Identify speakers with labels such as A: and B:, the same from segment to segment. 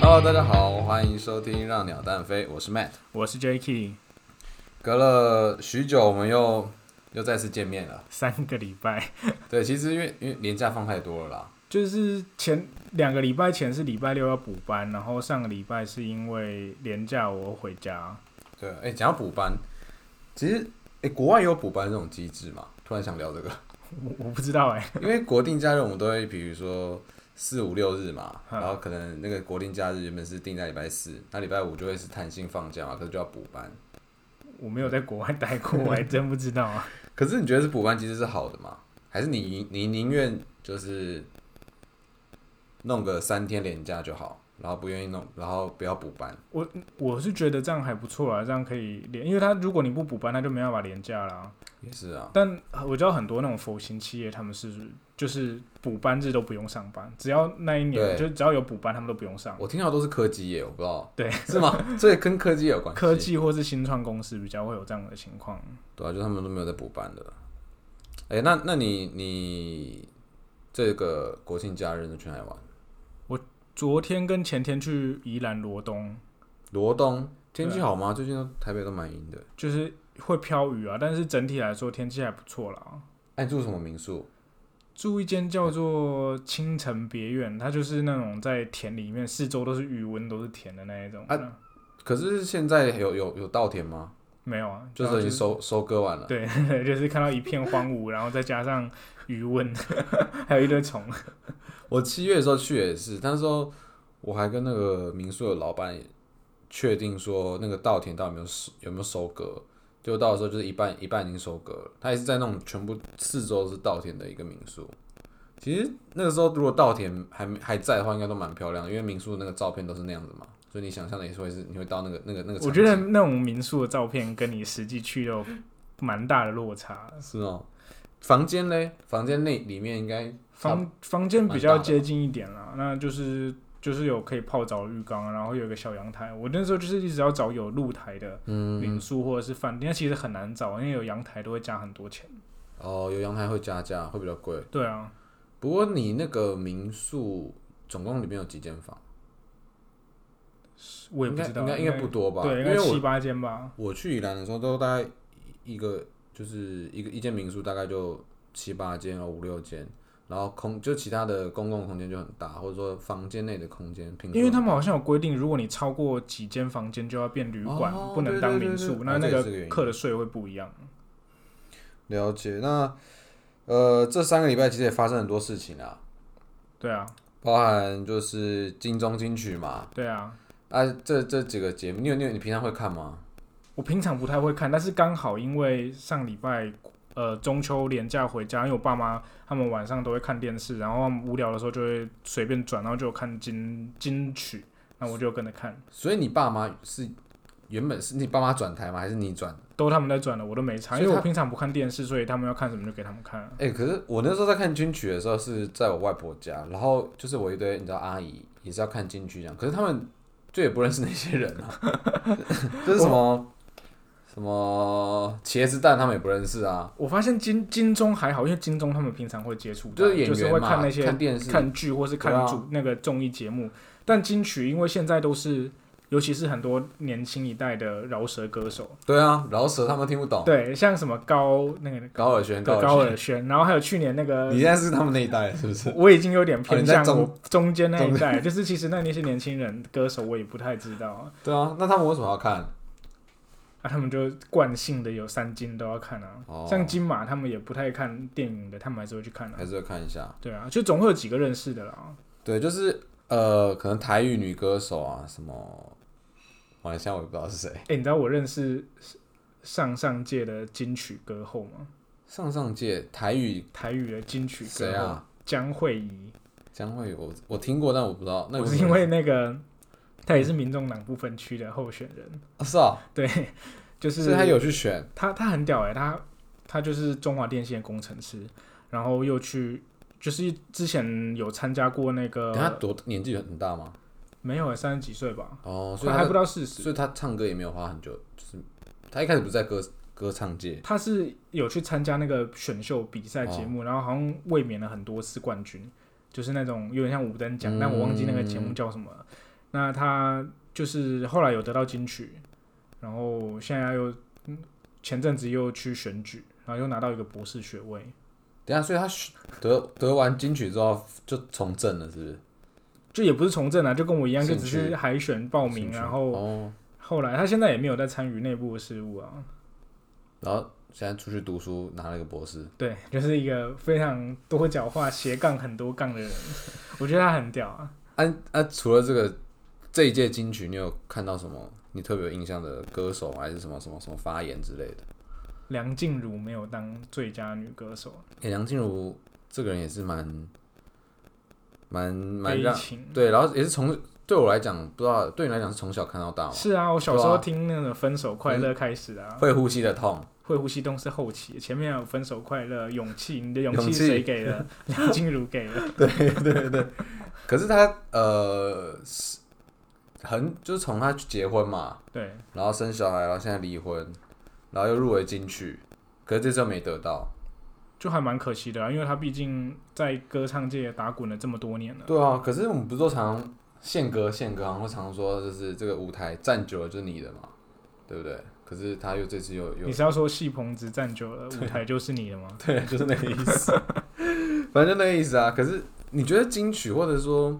A: Hello，大家好，欢迎收听《让鸟蛋飞》，我是 Matt。
B: 我是 Jacky，
A: 隔了许久，我们又又再次见面了。
B: 三个礼 拜，
A: 对，其实因为因为年假放太多了啦，
B: 就是前两个礼拜前是礼拜六要补班，然后上个礼拜是因为连假我回家，
A: 对，哎、讲到补班，其实哎、国外有补班这种机制嘛？突然想聊这个，
B: 我我不知道哎、
A: 因为国定假日我们都会，比如说四五六日嘛，
B: 嗯
A: 然后可能那个国定假日原本是定在礼拜四，那礼拜五就会是弹性放假嘛，可是就要补班。
B: 我没有在国外待过，我还真不 知道啊。
A: 可是你觉得是补班机制是好的吗？还是你你宁愿就是弄个三天连假就好，然后不愿意弄，然后不要补班？
B: 我是觉得这样还不错啊，这样可以连，因为他如果你不补班，他就没办法连假啦。
A: 也是啊，
B: 但呃我知道很多那种佛型企业，他们是就是补班日都不用上班，只要那
A: 对
B: 一年就只要有补班，他们都不用上。
A: 我听到都是科技业，我不知道
B: 对，
A: 是吗？所以跟科技有关系。
B: 科技或是新创公司比较会有这样的情况。
A: 对啊，就他们都没有在补班的。哎、那那你你这个国庆假日你去哪里玩？
B: 昨天跟前天去宜兰罗东，
A: 罗东天气好
B: 啊
A: 吗？最近都台北都蛮阴的。
B: 就是会飘雨啊，但是整体来说天气还不错啦。
A: 哎、你住什么民宿？
B: 住一间叫做清城别院，它就是那种在田里面，四周都是余温，都是田的那一种。
A: 啊可是现在有有有稻田吗？
B: 没有啊，
A: 就是已经收收割完了。
B: 对， 就是看到一片荒芜，然后再加上余温， 还有一堆虫。
A: 我七月的时候去也是，那时候我还跟那个民宿的老板确定说那个稻田到底有没有收有没有收割，就到的时候就是一半一半已经收割了，他也是在那种全部四周是稻田的一个民宿。其实那个时候如果稻田还没还在的话，应该都蛮漂亮的，因为民宿那个照片都是那样子嘛，所以你想象的也是会是你会到那个那个那个场景。
B: 我觉得那种民宿的照片跟你实际去有蛮大的落差。
A: 是哦，房间嘞，房间内里面应该
B: 房房间比较接近一点啦，那就是就是有可以泡澡的浴缸啊，然后有一个小阳台。我那时候就是一直要找有露台的
A: 嗯
B: 民宿或者是饭店，那其实很难找，因为有阳台都会加很多钱。
A: 哦有阳台会加价，会比较贵。
B: 对啊，
A: 不过你那个民宿总共里面有几间房？
B: 我也不知道，啊
A: 应该应该应该不多吧？
B: 对，应
A: 因
B: 该
A: 为
B: 七
A: 我
B: 八间吧。
A: 我去宜兰的时候都大概一个就是一个一间民宿大概就七八间哦五六间，然后空就其他的公共空间就很大，或者说房间内的空间平数很大，
B: 因为他们好像有规定，如果你超过几间房间就要变旅馆，
A: 哦
B: 不能当民
A: 对对
B: 宿，
A: 对对
B: 那那
A: 哦这也是个原
B: 个
A: 因
B: 课的税会不一样。
A: 了解那呃这三个礼拜其实也发生很多事情啊，
B: 对啊，
A: 包含就是金钟金曲嘛，
B: 对啊，
A: 啊这这几个节目，你有你有你平常会看吗？
B: 我平常不太会看，但是刚好因为上礼拜呃中秋连假回家，因为我爸妈他们晚上都会看电视，然后他们无聊的时候就会随便转，然后就有看金金曲，那我就跟着看，
A: 所以你爸妈是原本是你爸妈转台吗？还是你转？
B: 都他们在转了，我都没查，
A: 所以
B: 因为我
A: 他
B: 平常不看电视，所以他们要看什么就给他们看。
A: 哎、可是我那时候在看金曲的时候是在我外婆家，然后就是我一堆你知道阿姨也是要看金曲这样，可是他们就也不认识那些人啊， 就是什么什么茄子蛋他们也不认识啊，
B: 我发现金金钟还好，因为金钟他们平常会接触到，
A: 就是演
B: 就是
A: 员
B: 会
A: 嘛，
B: 看那些
A: 电视，
B: 看剧或是
A: 对
B: 看
A: 啊
B: 主、那个综艺节目。但金曲因为现在都是，尤其是很多年轻一代的饶舌歌手，
A: 对啊，饶舌他们听不懂，
B: 对，像什么高那个
A: 高尔宣，
B: 对
A: 高
B: 高
A: 轩
B: 尔宣，然后还有去年那个
A: 你，现在是他们那一代是不是？
B: 我已经有点
A: 哦
B: 偏
A: 你在
B: 向
A: 中
B: 我中间那
A: 中
B: 一代，就是其实那那些年轻人歌手我也不太知道啊，
A: 对啊，那他们为什么要看？
B: 啊他们就惯性的有三金都要看啊，
A: 哦，
B: 像金马他们也不太看电影的，他们还是会去看啊
A: 还，是要看一下。
B: 对啊，就总会有几个认识的啦，
A: 对，就是呃，可能台语女歌手啊，什么，马来西亚我也不知道是谁，
B: 哎、你知道我认识上上届的金曲歌后吗？
A: 上上届台语
B: 台语的金曲歌
A: 谁
B: 后、
A: 啊？
B: 江蕙怡，
A: 江蕙，我我听过，但我不知道。那
B: 我
A: 个啊
B: 是因为那个他也是民众党不分区的候选人，
A: 哦是啊，
B: 对，就
A: 所
B: 是
A: 以他有去选，
B: 他他很屌哎、他他就是中华电信的工程师，然后又去就是之前有参加过那
A: 等他
B: 个
A: 多年纪很大吗？
B: 没有欸三十几岁吧，
A: 哦，所以
B: 快
A: 他
B: 还不
A: 的
B: 到四十，
A: 所以他唱歌也没有花很久，就是他一开始不是在歌歌唱界，
B: 他是有去参加那个选秀比赛节
A: 哦
B: 目，然后好像卫冕了很多次冠军，就是那种有点像五等奖，
A: 嗯
B: 但我忘记那个节目叫什么了。那他就是后来有得到金曲，然后现在又嗯前阵子又去选举，然后又拿到一个博士学位。
A: 等一下，所以他选得得完金曲之后就从政了，是不是？
B: 就也不是从政啊，就跟我一样，就
A: 兴
B: 只
A: 趣
B: 是海选报名，
A: 兴趣
B: 然后
A: 哦，
B: 后来他现在也没有在参与内部的事务啊。
A: 然后现在出去读书，拿了一个博士。
B: 对，就是一个非常多角化、斜杠很多杠 的人，我觉得他很屌啊。
A: 啊啊，除了这个这一届金曲，你有看到什么你特别有印象的歌手，还是什么什么什么发言之类的？
B: 梁静茹没有当最佳女歌手，
A: 诶，梁静茹这个人也是蛮蛮蛮
B: 悲
A: 让
B: 情。
A: 对，然后也是从对我来讲，不知道对你来讲是从小看到大嘛，
B: 是啊，我小时
A: 对
B: 候
A: 啊
B: 听那个《分手快乐》开始的、啊，
A: 会呼吸的痛，
B: 会呼吸动是后期，前面还有《分手快乐》、勇气，你的 勇
A: 勇
B: 气
A: 气
B: 是谁给的？梁静茹给的。
A: 可是他呃是很就是从他结婚嘛，
B: 对，
A: 然后生小孩，然后现在离婚，然后又入围金曲，可是这次没得到。
B: 就还蛮可惜的、啊，因为她毕竟在歌唱界打滚了这么多年了。
A: 对啊，可是我们不是都常宪哥宪哥，然后常说就是这个舞台站久了就是你的嘛，对不对？可是他又这次又又
B: 你是要说戏棚子站久了，舞台就是你的吗？
A: 对，就是那个意思， 反正就那个意思啊。可是你觉得金曲或者说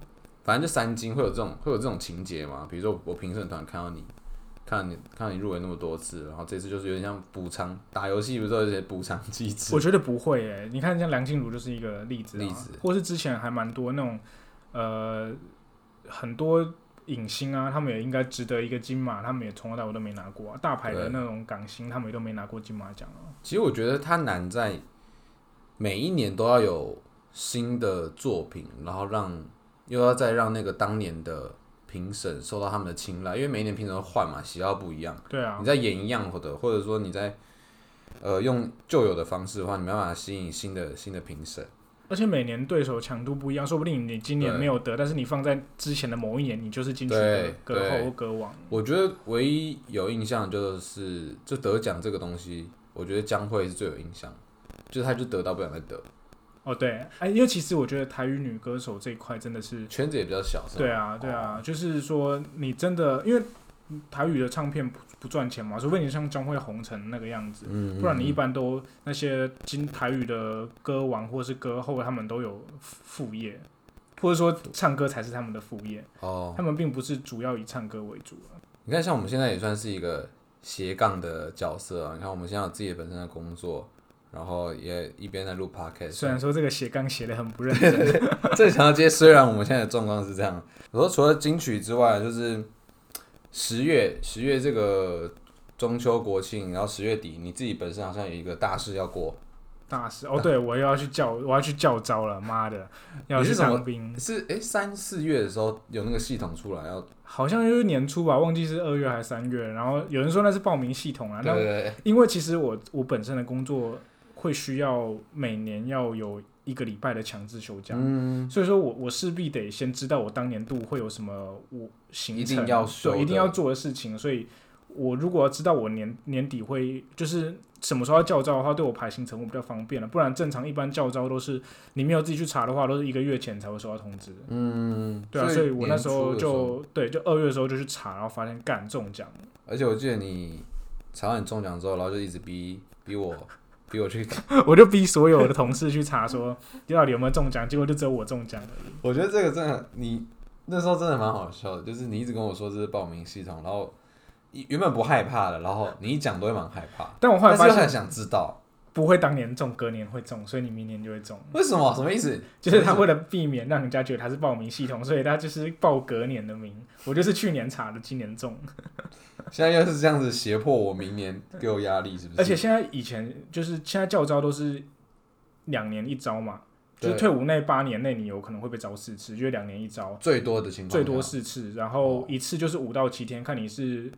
A: 反正就三金会有这种会有这种情节吗？比如说我评审团看到你，看到你看到你入围那么多次，然后这次就是有点像补偿，打游戏不是都有一些补偿机制
B: 我？觉得不会诶、你看像梁静茹就是一个例子、啊，
A: 例子
B: 或是之前还蛮多那种呃很多影星啊，他们也应该值得一个金马，他们也从头到尾都没拿过、啊，大牌的
A: 对
B: 那种港星他们也都没拿过金马奖啊。
A: 其实我觉得它难在每一年都要有新的作品，然后让又要再让那个当年的评审受到他们的青睐，因为每一年评审都换嘛，喜好不一样。
B: 对啊
A: 你，在演一样或者或者说你在呃用旧有的方式的话，你没办法吸引新的新的评审。
B: 而且每年对手强度不一样，说不定你今年
A: 对
B: 没有得，但是你放在之前的某一年，你就是金曲的
A: 对
B: 歌后
A: 对
B: 或歌王。
A: 我觉得唯一有印象就是，就得奖这个东西，我觉得将会是最有印象，就是他就得到不想再得，
B: 哦，对，哎，因为其实我觉得台语女歌手这一块真的是
A: 圈子也比较小，是吧
B: 对啊，对啊，就是说你真的，因为台语的唱片不不赚钱嘛，除非你像张惠红成那个样子，
A: 嗯，
B: 不然你一
A: 嗯
B: 般都那些金台语的歌王或是歌后，他们都有副副业，或者说唱歌才是他们的副业，
A: 哦，
B: 他们并不是主要以唱歌为主啊。
A: 你看像我们现在也算是一个斜杠的角色啊，你看我们现在有自己本身的工作，然后也一边在录 podcast，
B: 虽然说这个写杠写的很不认真，
A: 这想要接，虽然我们现在的状况是这样，我说除了金曲之外，就是十月十月这个中秋国庆，然后十月底你自己本身好像有一个大事要过，
B: 大师 哦，对我又要去教，我要去教招了，妈的，要
A: 你
B: 去
A: 是什么
B: 当兵，
A: 是诶，三四月的时候有那个系统出来，要
B: 好像就是年初吧，忘记是二月还是三月，然后有人说那是报名系统啊，
A: 对
B: 那
A: 对对，
B: 因为其实我我本身的工作会需要每年要有一个礼拜的强制休假，
A: 嗯，
B: 所以说我我势必得先知道我当年度会有什么我行程
A: 一定要休的
B: 对一定要做的事情，所以我如果要知道我年年底会就是什么时候要教招的话，对我排行程会比较方便了。不然正常一般教招都是你没有自己去查的话，都是一个月前才会收到通知。
A: 嗯，
B: 对啊，所以我那
A: 年
B: 时
A: 初
B: 候
A: 的
B: 就对，就二月的时候就去查，然后发现干中奖了。
A: 而且我记得你查到你中奖之后，然后就一直逼逼我逼我去，
B: 我就逼所有的同事去查说到底有没有中奖，结果就只有我中奖而已。
A: 我觉得这个真的你那时候真的蛮好笑的，就是你一直跟我说这是报名系统，然后一原本不害怕的，然后你一讲都会蛮害怕，
B: 但我后来
A: 但是
B: 发
A: 又很
B: 现
A: 想知道
B: 不会当年中，隔年会中，所以你明年就会中。
A: 为什么什么意思？
B: 就是他为了避免让人家觉得他是报名系统，所以他就是报隔年的名。我就是去年查的，今年中。
A: 现在又是这样子胁迫我明年给我压力，是不是？
B: 而且现在以前就是现在教招都是两年一招嘛，就
A: 对
B: 是退伍那八年内你有可能会被招四次，就是两年一招。
A: 最多的哦情况
B: 最多
A: 下
B: 四次，然后一次就是五到七天，看你是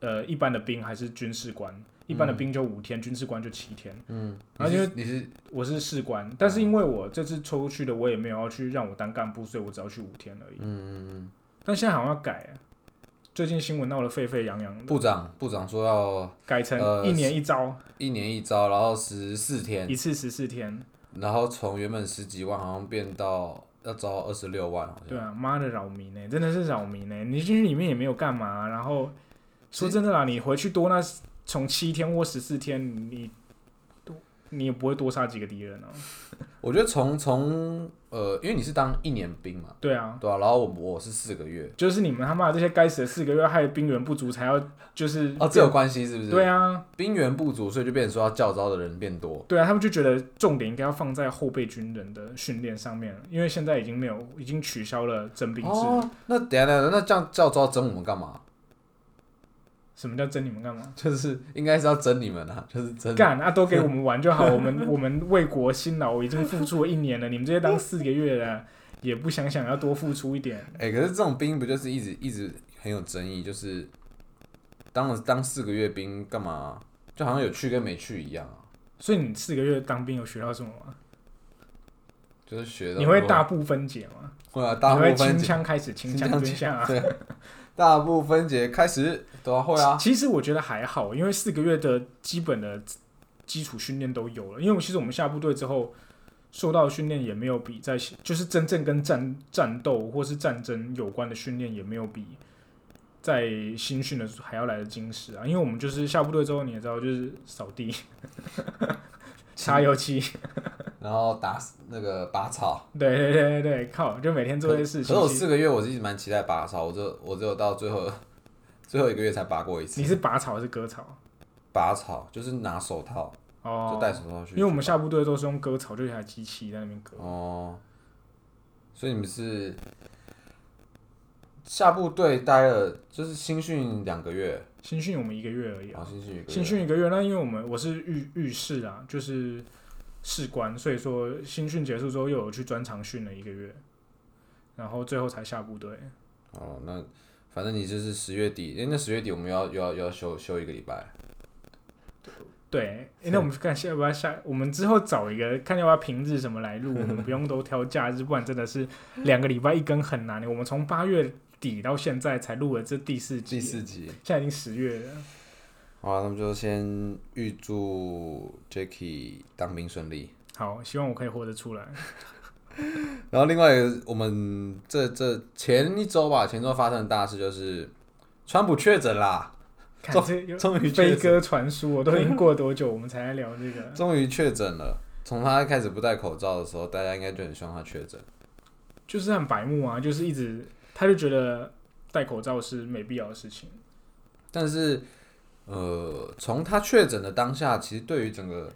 B: 呃一般的兵还是军事官。一般的兵就五天，军事官就七天。
A: 嗯，
B: 然后
A: 你
B: 因
A: 是
B: 为
A: 你是
B: 我是士官，但是因为我这次抽去的，我也没有要去让我当干部，所以我只要去五天而已。
A: 嗯
B: 但现在好像要改、哎最近新闻闹得沸沸扬扬的，
A: 部长部长说要
B: 改成
A: 呃嗯
B: 一年一招，
A: 一年一招，然后十四天
B: 一，次十四天。
A: 然后从原本十几万好像变到要招二十六万，好像
B: 对啊，妈的扰民呢、真的是扰民呢、你进去里面也没有干嘛，然后说真的啦，你回去多那从七天或十四天，你多你也不会多杀几个敌人啊。
A: 我觉得从从呃，因为你是当一年兵嘛，
B: 对啊，
A: 对啊，然后我我是四个月，
B: 就是你们他妈的这些该死的四个月害兵源不足，才要就是
A: 哦，这有关系是不是？
B: 对啊，
A: 兵源不足，所以就变成说要教招的人变多。
B: 对啊，他们就觉得重点应该要放在后备军人的训练上面，因为现在已经没有已经取消了征兵制。
A: 哦，那等一下等一下，那这样教招整我们干嘛？
B: 什么叫征你们干嘛？
A: 就是应该是要整你们啊， 就是整
B: 干啊，都给我们玩就好。我们我们为国辛劳，我已经付出了一年了，你们这些当四个月的，也不想想要多付出一点。
A: 哎、可是这种兵不就是一直一直很有争议，就是当了当四个月兵干嘛？就好像有去跟没去一样啊，
B: 所以你四个月当兵有学到什么吗？
A: 就是学到
B: 你会大部分解吗？
A: 会啊，大
B: 你
A: 部
B: 会
A: 分
B: 清
A: 解
B: 枪开始，清枪蹲下、啊。
A: 对，大部分解开始都啊会啊，
B: 其实我觉得还好，因为四个月的基本的基础训练都有了。因为其实我们下部队之后受到的训练也没有比在就是真正跟战战斗或是战争有关的训练也没有比在新训的时候还要来的精实啊。因为我们就是下部队之后，你也知道，就是扫 地、擦油漆，
A: 然后打那个拔草。
B: 对对对对对，靠，就每天做这些事
A: 可
B: 情
A: 是。我四个月我是一直蛮期待拔草，我就我只有到最后最后一个月才拔过一次
B: 你。是拔草还是割草？
A: 拔草就是拿手套，
B: 哦
A: 就，戴手套去。
B: 因为我们下部队都是用割草，就一台机器在那边割。
A: 哦，所以你们是下部队待了，就是新训两个月，
B: 新训我们一个月而已啊
A: 然。后新训一个月，
B: 新训一个月，那因为我们我是预预试啊，就是士官，所以说新训结束之后又有去专长训了一个月，然后最后才下部队。
A: 哦，那反正你就是十月底，诶那十月底我们又要又要又要休休一个礼拜，
B: 对，诶那我们看下要不要下，我们之后找一个看要不要平日什么来 录，我们不用都挑假日，不然真的是两个礼拜一更很难。我们从八月底到现在才录了这第四集，
A: 第四集。
B: 现在已经十月了。
A: 好啊，那么就先预祝 Jacky 当兵顺利。
B: 好，希望我可以活得出来。
A: 然后另外一个，我们这这前一周吧，前周发生的大事就是川普确诊啦，
B: 看这 有
A: 终于确
B: 飞
A: 诊，
B: 鸽传书，我都已经过多久，我们才来聊这个？
A: 终于确诊了。从他开始不戴口罩的时候，大家应该就很希望他确诊。
B: 就是很白目啊，就是一直他就觉得戴口罩是没必要的事情。
A: 但是，呃，从他确诊的当下，其实对于整个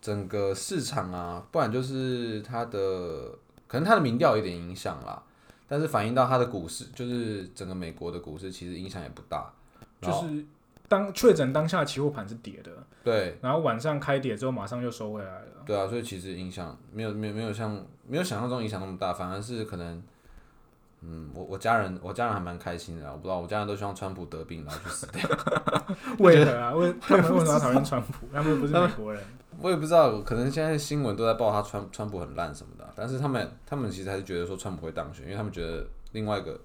A: 整个市场啊，不然就是他的可能他的民调有点影响啦，但是反映到他的股市，就是整个美国的股市，其实影响也不大。
B: 就
A: 然后
B: 是当确诊当下，期货盘是跌的，
A: 对
B: 然后晚上开跌之后马上就收回来了。
A: 对啊，所以其实影响没有没有没有像没有想象中影响那么大，反而是可能。嗯，我我家人我家人还蛮开心的啊，我不知道我家人都希望川普得病然后去死掉，
B: 为何啊？为他们为什么要讨厌川普？他们又不是美 国人。，
A: 我也不知道，可能现在新闻都在报他川川普很烂什么的啊、但是他们他们其实还是觉得说川普会当选，因为他们觉得另外一个，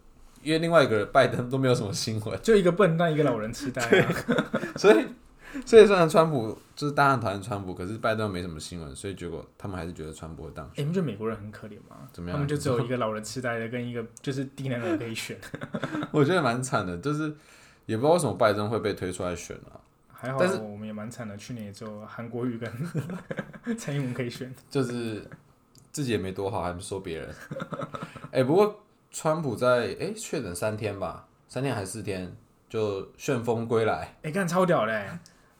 A: 因为另外一个拜登都没有什么新闻
B: 就一个笨蛋，一个老人痴呆、啊。
A: 所以所以虽然川普就是大家很讨厌川普，可是拜登没什么新闻，所以结果他们还是觉得川普会当选。
B: 你们觉得美国人很可怜吗？
A: 怎么样
B: 他们就只有一个老人痴呆的跟一个就是低能儿可以选，
A: 我觉得蛮惨的，就是也不知道为什么拜登会被推出来选啊，
B: 还好
A: 但是
B: 我们也蛮惨的。去年也只有韩国瑜跟 蔡英文可以选。
A: 就是自己也没多好，还不说别人。 哎、不过川普在哎确诊三天吧，三天还是四天就旋风归来。
B: 哎、干超屌嘞、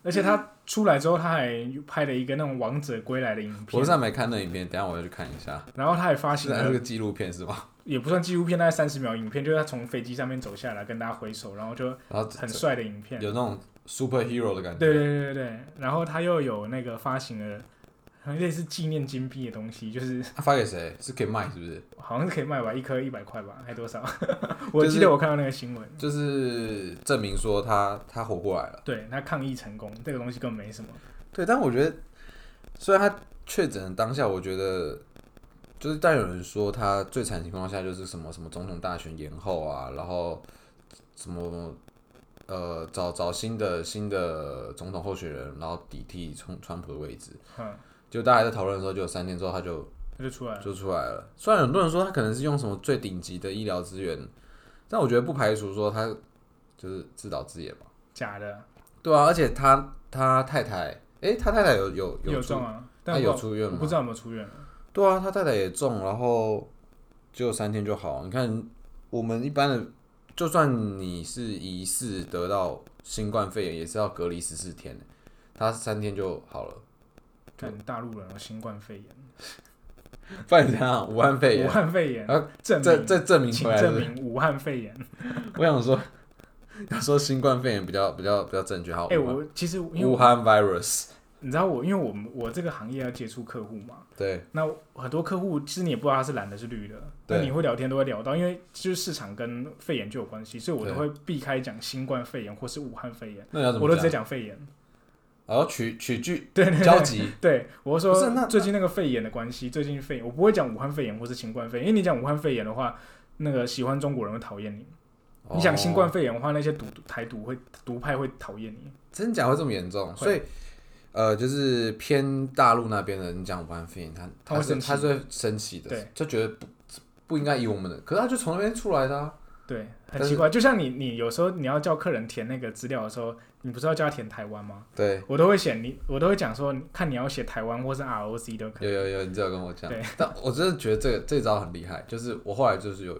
B: 而且他出来之后，他还拍了一个那种王者归来的影
A: 我
B: 片，
A: 是还没看那影片，等一下我要去看一下。
B: 然后他还发
A: 是啊
B: 行
A: 那
B: 了，
A: 个纪录片是 吧？
B: 也不算纪录片，大概三十秒影片，就是他从飞机上面走下来跟大家挥手，然后就
A: 然后
B: 很帅的影片。
A: 啊有那种 superhero 的感觉。
B: 对对对对对，然后他又有那个发行了，好像类似纪念金币的东西，就是
A: 他发给谁？是可以卖是不是？
B: 好像是可以卖吧，一颗一百块吧，还多少？ 我
A: 就是
B: 记得我看到那个新闻，
A: 就是证明说他他活过来了。
B: 对他抗议成功，这个东西根本没什么。
A: 对，但我觉得虽然他确诊的当下，我觉得就是但有人说他最惨的情况下就是什么什么总统大选延后啊，然后什么。呃，找找新的新的总统候选人，然后抵替川川普的位置。
B: 嗯，
A: 就大家还在讨论的时候，就有三天之后他就
B: 它就出来了。
A: 就出来了。虽然很多人说他可能是用什么最顶级的医疗资源，但我觉得不排除说他就是自导自演吧。
B: 假的，
A: 对啊，而且他他太太，诶、他太太有有
B: 也有
A: 出
B: 中，啊，但
A: 他
B: 我
A: 有
B: 不知道
A: 出院
B: 我
A: 吗
B: 不？知道有没有出院了。
A: 对啊，他太太也中，然后就三天就好。你看，我们一般的，就算你是疑似得到新冠肺炎，也是要隔离十四天的，他三天就好了。
B: 看大陆人有新冠肺炎，
A: 不然怎样？武汉肺
B: 武
A: 炎，
B: 汉肺炎
A: 啊，
B: 证
A: 这
B: 明，
A: 这证明回
B: 请
A: 来
B: 证
A: 了。
B: 明武汉肺炎。
A: 我想说，要说新冠肺炎比较比较比较正确。好，
B: 哎，
A: 武汉
B: 我其实因为
A: 武
B: 我
A: 汉 virus，
B: 你知道我，因为我们我这个行业要接触客户嘛，
A: 对
B: 那很多客户其实你也不知道他是蓝的是绿的，
A: 对
B: 那你会聊天都会聊到，因为就是市场跟肺炎就有关系，所以我都
A: 对
B: 会避开讲新冠肺炎或是武汉肺炎，
A: 那你要怎
B: 我
A: 么
B: 都直接
A: 讲？
B: 讲肺炎。
A: 然后取取句
B: 对对
A: 交
B: 对，
A: 集，
B: 对我会
A: 不是那
B: 说最近那个肺炎的关系，最近肺炎我不会讲武汉肺炎或是新冠肺炎，因为你讲武汉肺炎的话，那个喜欢中国人会讨厌你；你讲新冠
A: 哦
B: 肺炎的话，那些独台独会独派会讨厌你。
A: 真假会这么严重？
B: 会
A: 所以呃，就是偏大陆那边的，你讲武汉肺炎，他
B: 他会
A: 是
B: 生气
A: 他是会生气的
B: 对，
A: 就觉得不不应该以我们的，可是他就从那边出来的啊。
B: 对，很
A: 但
B: 奇
A: 是
B: 怪，就像你你有时候你要叫客人填那个资料的时候，你不是要叫他填台湾吗？
A: 对，
B: 我都会写你，我都会讲说，看你要写台湾或是 ROC 都可以。
A: 有有有，你这有跟我讲
B: 对，
A: 但我真的觉得这个这招很厉害，就是我后来就是有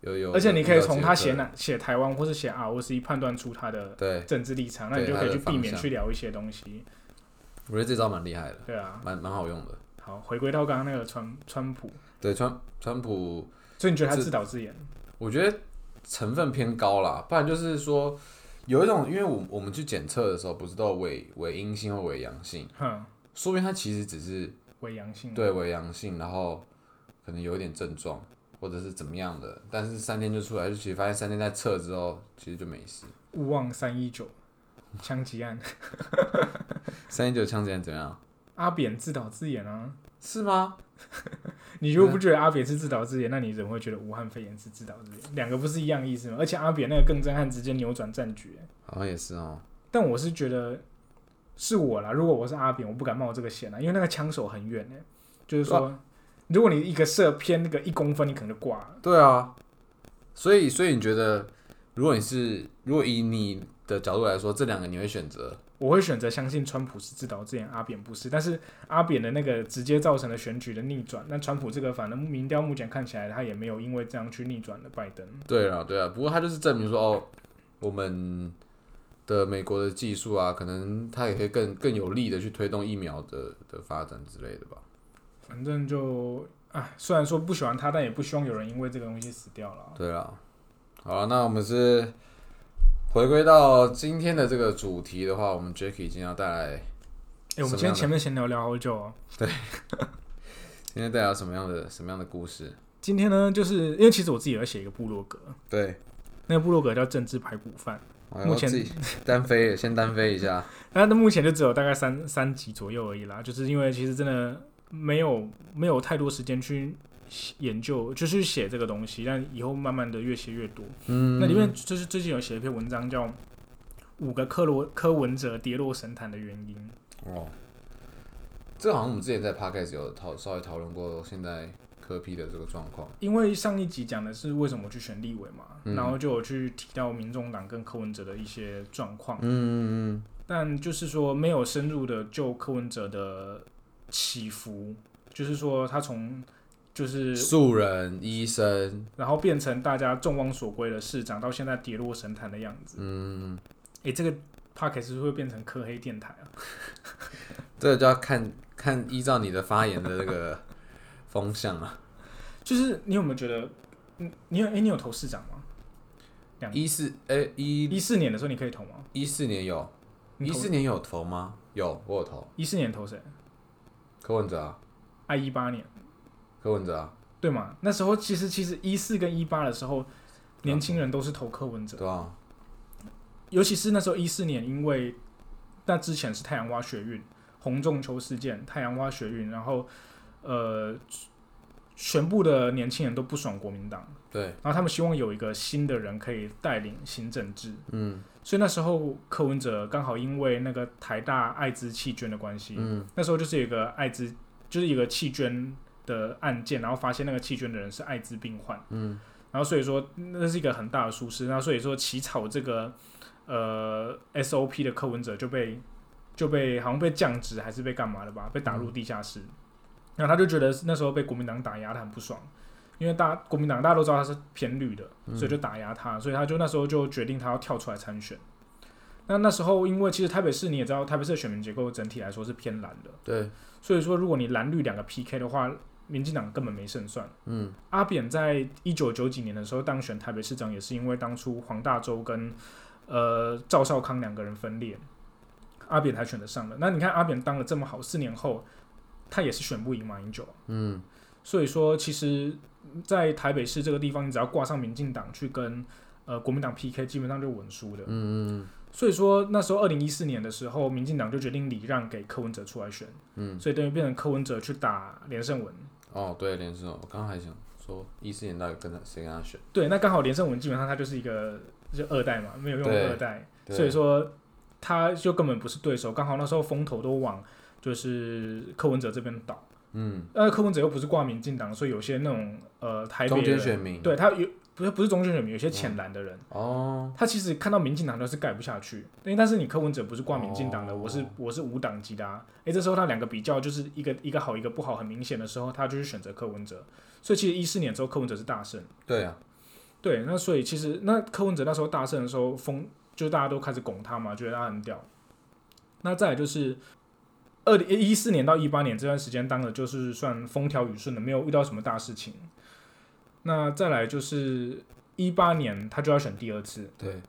A: 有有，
B: 而且你可以从他
A: 写
B: 写哪写台湾或是写 ROC 判断出他的
A: 对，
B: 政治立场，那
A: 对
B: 你就可以去
A: 他的方
B: 避免
A: 向
B: 去聊一些东西。
A: 我觉得这招蛮厉害的，
B: 对啊，
A: 蛮蛮好用的。
B: 好，回归到刚刚那个川川普，
A: 对，川川普，
B: 所以你觉得他
A: 这
B: 自导自演？
A: 我觉得成分偏高啦，不然就是说有一种，因为我我们去检测的时候，不是都有伪伪阴性或伪阳性，
B: 哼，
A: 说不定他其实只是
B: 伪阳性。
A: 对伪阳性，然后可能有一点症状或者是怎么样的，但是三天就出来，就其实发现三天在测之后，其实就没事。
B: 勿忘三一九枪击案，
A: 三天九枪击案怎么样？
B: 阿扁自导自演啊！
A: 是吗？
B: 你如果不觉得阿扁是自导自演，那你怎么会觉得武汉肺炎是自导自演？两个不是一样意思吗？而且阿扁那个更震撼，直接扭转战局、欸
A: 好像也是哦。
B: 但我是觉得是我啦，如果我是阿扁，我不敢冒这个险啦，因为那个枪手很远哎、就是说，如果你一个射偏那个一公分，你可能就挂了。
A: 对啊，所以所以你觉得，如果你是如果以你的角度来说，这两个你会选择？
B: 我会选择相信川普是自导自演，阿扁不是。但是阿扁的那个直接造成了选举的逆转，那川普这个反正民调目前看起来他也没有因为这样去逆转了拜登。
A: 对啊，对啊，不过他就是证明说，哦，我们的美国的技术啊，可能它也可以更更有力的去推动疫苗的的发展之类的吧。
B: 反正就哎，虽然说不喜欢他，但也不希望有人因为这个东西死掉了。
A: 对啊，好了，那我们是回归到今天的这个主题的话，我们 Jacky 今天要带来
B: 哎、我们今
A: 什么样的
B: 天前面闲聊聊好久哦。
A: 今天带来什么样的什么样的故事？
B: 今天呢，就是因为其实我自己有在写一个部落格，
A: 对，
B: 那个部落格叫政治排骨饭。
A: 我
B: 目
A: 要
B: 前
A: 自己单飞了，先单飞一 下。
B: 那那目前就只有大概三三集左右而已啦，就是因为其实真的没有没有太多时间去研究，就是写这个东西，但以后慢慢的越写越多。
A: 嗯，
B: 那里面就是最近有写一篇文章叫《五个克罗柯文哲跌落神坛的原因》，
A: 哦，这好像我们之前在 podcast 有讨稍微讨论过现在科批的这个状况。
B: 因为上一集讲的是为什么我去选立委嘛，
A: 嗯
B: 然后就有去提到民众党跟柯文哲的一些状况。
A: 嗯嗯
B: 但就是说没有深入的就柯文哲的起伏，就是说他从就
A: 嗯，
B: 是
A: 素人医生，
B: 然后变成大家众望所归的市长，到现在跌落神坛的样子。
A: 嗯，
B: 诶，这个 p o c k e t 是不是会变成科黑电台啊？
A: 这个就要看看依照你的发言的这个风向啊。
B: 就是你有没有觉得，嗯，你有诶，你有投市长吗？两
A: 一四哎一
B: 一四年的时候你可以投吗？
A: 一四年有，
B: 你
A: 一
B: 投
A: 四年有投吗？有，我有投
B: 一四年投谁？
A: 柯文哲啊，
B: 啊，一八年
A: 柯文哲啊，
B: 对吗？那时候其实其实一四跟一八的时候，年轻人都是投柯文哲。
A: 对啊，
B: 尤其是那时候一四年，因为那之前是太阳花学运、红中秋事件、太阳花学运，然后呃，全部的年轻人都不爽国民党，
A: 对，
B: 然后他们希望有一个新的人可以带领新政治，
A: 嗯
B: 所以那时候柯文哲刚好因为那个台大艾滋弃捐的关系，
A: 嗯
B: 那时候就是有一个艾滋，就是一个弃捐的案件，然后发现那个弃捐的人是艾滋病患，嗯，然后所以说那是一个很大的疏失，那所以说起草这个呃 SOP 的柯文哲就被就被好像被降职还是被干嘛了吧，被打入地下室，然后他就觉得那时候被国民党打压，他很不爽。因为大国民党大家都知道他是偏绿的，所以就打压他，所以他就那时候就决定他要跳出来参选。那那时候，因为其实台北市你也知道，台北市的选民结构整体来说是偏蓝的，
A: 对，
B: 所以说如果你蓝绿两个 PK 的话，民进党根本没胜算。
A: 嗯，
B: 阿扁在一九九几年的时候当选台北市长，也是因为当初黄大洲跟呃赵少康两个人分裂，阿扁才选得上的。那你看阿扁当了这么好，四年后他也是选不赢马英九。
A: 嗯，
B: 所以说，其实，在台北市这个地方，你只要挂上民进党去跟呃国民党 PK，基本上就稳输的。
A: 嗯嗯
B: 所以说那时候二零一四年的时候，民进党就决定礼让给柯文哲出来选，
A: 嗯，
B: 所以等于变成柯文哲去打连胜文。
A: 哦，对，连胜文，我刚刚还想说一四年到底跟他谁跟他选，
B: 对，那刚好连胜文基本上他就是一个就二代嘛，没有用
A: 对
B: 二代，
A: 对
B: 所以说他就根本不是对手。刚好那时候风头都往就是柯文哲这边倒，
A: 嗯，
B: 呃，柯文哲又不是挂民进党，所以有些那种呃台北
A: 中间
B: 人
A: 选民，，
B: 对他有不是不是中间选民，有些浅蓝的人，
A: 哦，
B: 他其实看到民进党就是盖不下去，因为但是你柯文哲不是挂民进党的，
A: 哦
B: 我是我是无党籍的啊，诶，这时候他两个比较就是一个一个好一个不好，很明显的时候，他就去选择柯文哲，所以其实一四年之后柯文哲是大胜，
A: 对啊，
B: 对，那所以其实那柯文哲那时候大胜的时候，风就大家都开始拱他嘛，觉得他很屌。那再来就是二零一四年到一八年这段时间，当的就是算风调雨顺的，没有遇到什么大事情。那再来就是一八年，他就要选第二次，
A: 对，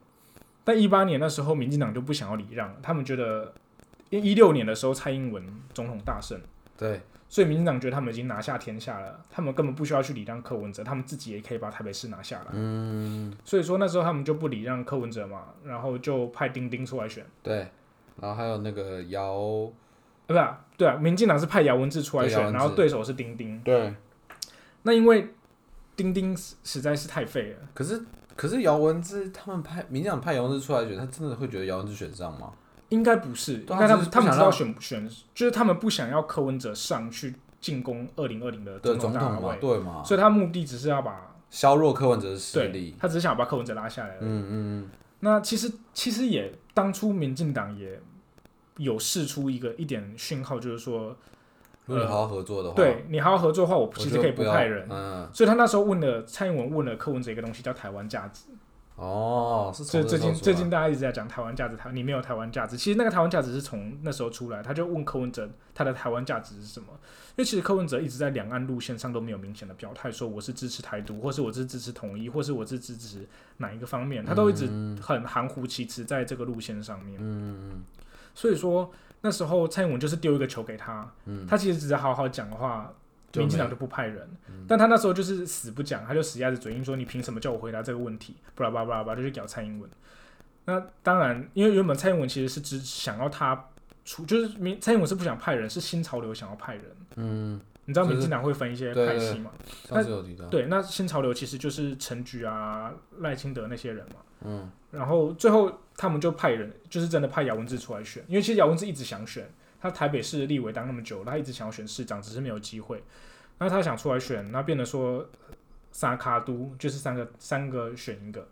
B: 但一八年那时候，民进党就不想要礼让，他们觉得一六年的时候蔡英文总统大胜，
A: 对，
B: 所以民进党觉得他们已经拿下天下了，他们根本不需要去礼让柯文哲，他们自己也可以把台北市拿下来。
A: 嗯，
B: 所以说那时候他们就不礼让柯文哲嘛，然后就派丁丁出来选，
A: 对，然后还有那个姚，
B: 啊，不是啊对啊，民进党是派姚文智出来
A: 对姚
B: 选，
A: 文
B: 然后
A: 智
B: 对手是丁丁。
A: 对，
B: 那因为丁丁实实在是太废了，
A: 可是可是姚文智他们派民进党派姚文智出来选，他真的会觉得姚文智选上吗？
B: 应该不是，
A: 对
B: 应
A: 啊
B: 该他
A: 就是
B: 们
A: 不
B: 他们
A: 想
B: 知道
A: 让
B: 选不选，就是他们不想要柯文哲上去进攻二零二零的
A: 对，
B: 总
A: 总
B: 统大
A: 统嘛，
B: 位，
A: 对嘛，
B: 所以他目的只是要把
A: 削弱柯文哲的实
B: 对
A: 力，，
B: 他只是想要把柯文哲拉下来而已。
A: 嗯嗯
B: 那其实其实也当初民进党也有试出一个一点讯号，就是说，
A: 嗯，如果你好好合作的话，
B: 呃对你好好合作的话，我
A: 我
B: 其
A: 就
B: 实可以
A: 不
B: 不
A: 要
B: 派人。
A: 嗯，
B: 所以他那时候问了蔡英文，问了柯文哲一个东西叫台湾价值，
A: 哦，是
B: 所以
A: 从
B: 最
A: 这
B: 近
A: 时候出
B: 最
A: 来
B: 近大家一直在讲台湾价值，台你没有台湾价值，其实那个台湾价值是从那时候出来，他就问柯文哲他的台湾价值是什么，因为其实柯文哲一直在两岸路线上都没有明显的表态，说我是支持台独，或是我是支持统一，或是我是支持哪一个方面，他都一直很含糊其辞在这个路线上面，
A: 嗯，嗯
B: 所以说那时候蔡英文就是丢一个球给他，
A: 嗯
B: 他其实只是好好讲的话，
A: 就
B: 民进党
A: 没嗯
B: 就不派人，但他那时候就是死不讲，他就死鸭子嘴硬说你凭什么叫我回答这个问题？巴拉巴拉巴拉巴拉，就去搞蔡英文。那当然，因为原本蔡英文其实是只想要他出，就是民蔡英文是不想派人，是新潮流想要派人。
A: 嗯，
B: 你知道
A: 就是
B: 民进党会分一些
A: 对
B: 派系嘛？
A: 上次有提到，
B: 对，那新潮流其实就是陈菊啊、赖清德那些人嘛。
A: 嗯，
B: 然后最后他们就派人，就是真的派姚文智出来选，因为其实姚文智一直想选，他台北市立委当那么久了，他一直想要选市长，只是没有机会。那他想出来选，那变得说萨卡都就是三个三个选一个，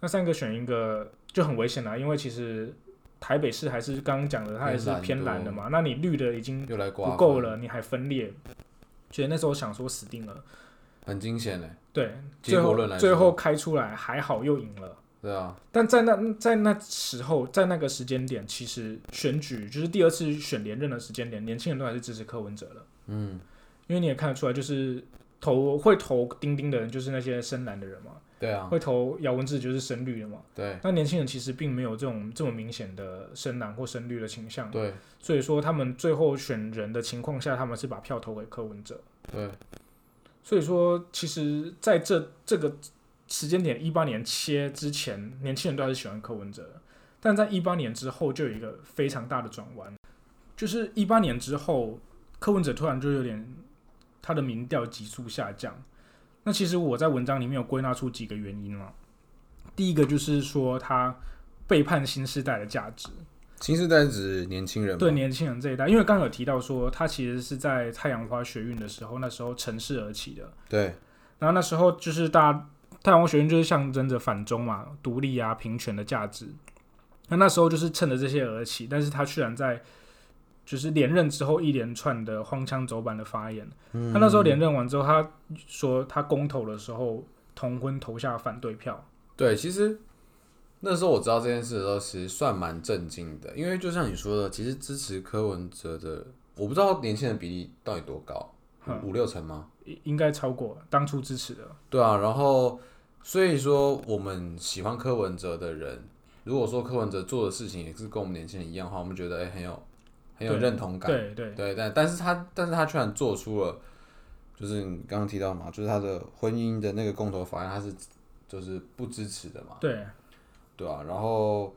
B: 那三个选一个就很危险了，因为其实台北市还是刚刚讲的，它还是偏蓝的嘛，那你绿的已经
A: 又来刮
B: 不
A: 风
B: 够，了，你还分裂，觉得那时候想说死定了，
A: 很惊险嘞，
B: 对，
A: 结
B: 最
A: 果
B: 后
A: 论来说
B: 最后开出来还好又赢了。
A: 对啊，
B: 但在那在那时候，在那个时间点，其实选举就是第二次选连任的时间点，年轻人都还是支持柯文哲的，
A: 嗯，
B: 因为你也看得出来，就是投会投钉钉的人，就是那些深蓝的人嘛，
A: 对啊，
B: 会投姚文智就是深绿的嘛。
A: 对
B: 那年轻人其实并没有这种这么明显的深蓝或深绿的倾向，
A: 对
B: 所以说他们最后选人的情况下，他们是把票投给柯文哲。
A: 对，
B: 所以说，其实在这这个时间点，一八年切之前，年轻人都还是喜欢柯文哲的，但在一八年之后，就有一个非常大的转弯，就是一八年之后，柯文哲突然就有点他的民调急速下降。那其实我在文章里面有归纳出几个原因嘛，第一个就是说他背叛新时代的价值，
A: 新世代指年轻人吗
B: 对年轻人这一代，因为刚刚有提到说，它其实是在太阳花学运的时候，那时候乘势而起的。
A: 对
B: 然后那时候就是大家太阳花学运就是象征着反中嘛、独立啊、平权的价值。那那时候就是趁着这些而起，但是他居然在就是连任之后一连串的荒腔走板的发言。他那时候连任完之后，他说他公投的时候同婚投下反对票，
A: 对，其实那时候我知道这件事的时候，其实算蛮震惊的，因为就像你说的，其实支持柯文哲的，我不知道年轻人比例到底多高，
B: 嗯
A: 五五六成吗？
B: 应应该超过当初支持的。
A: 对啊，然后所以说我们喜欢柯文哲的人，如果说柯文哲做的事情也是跟我们年轻人一样的话，我们觉得哎、很有很有
B: 对
A: 认同感。
B: 对对
A: 对，但但是他但是他居然做出了，就是你刚刚提到嘛，就是他的婚姻的那个公投法案，他是就是不支持的嘛，
B: 对
A: 对啊，然后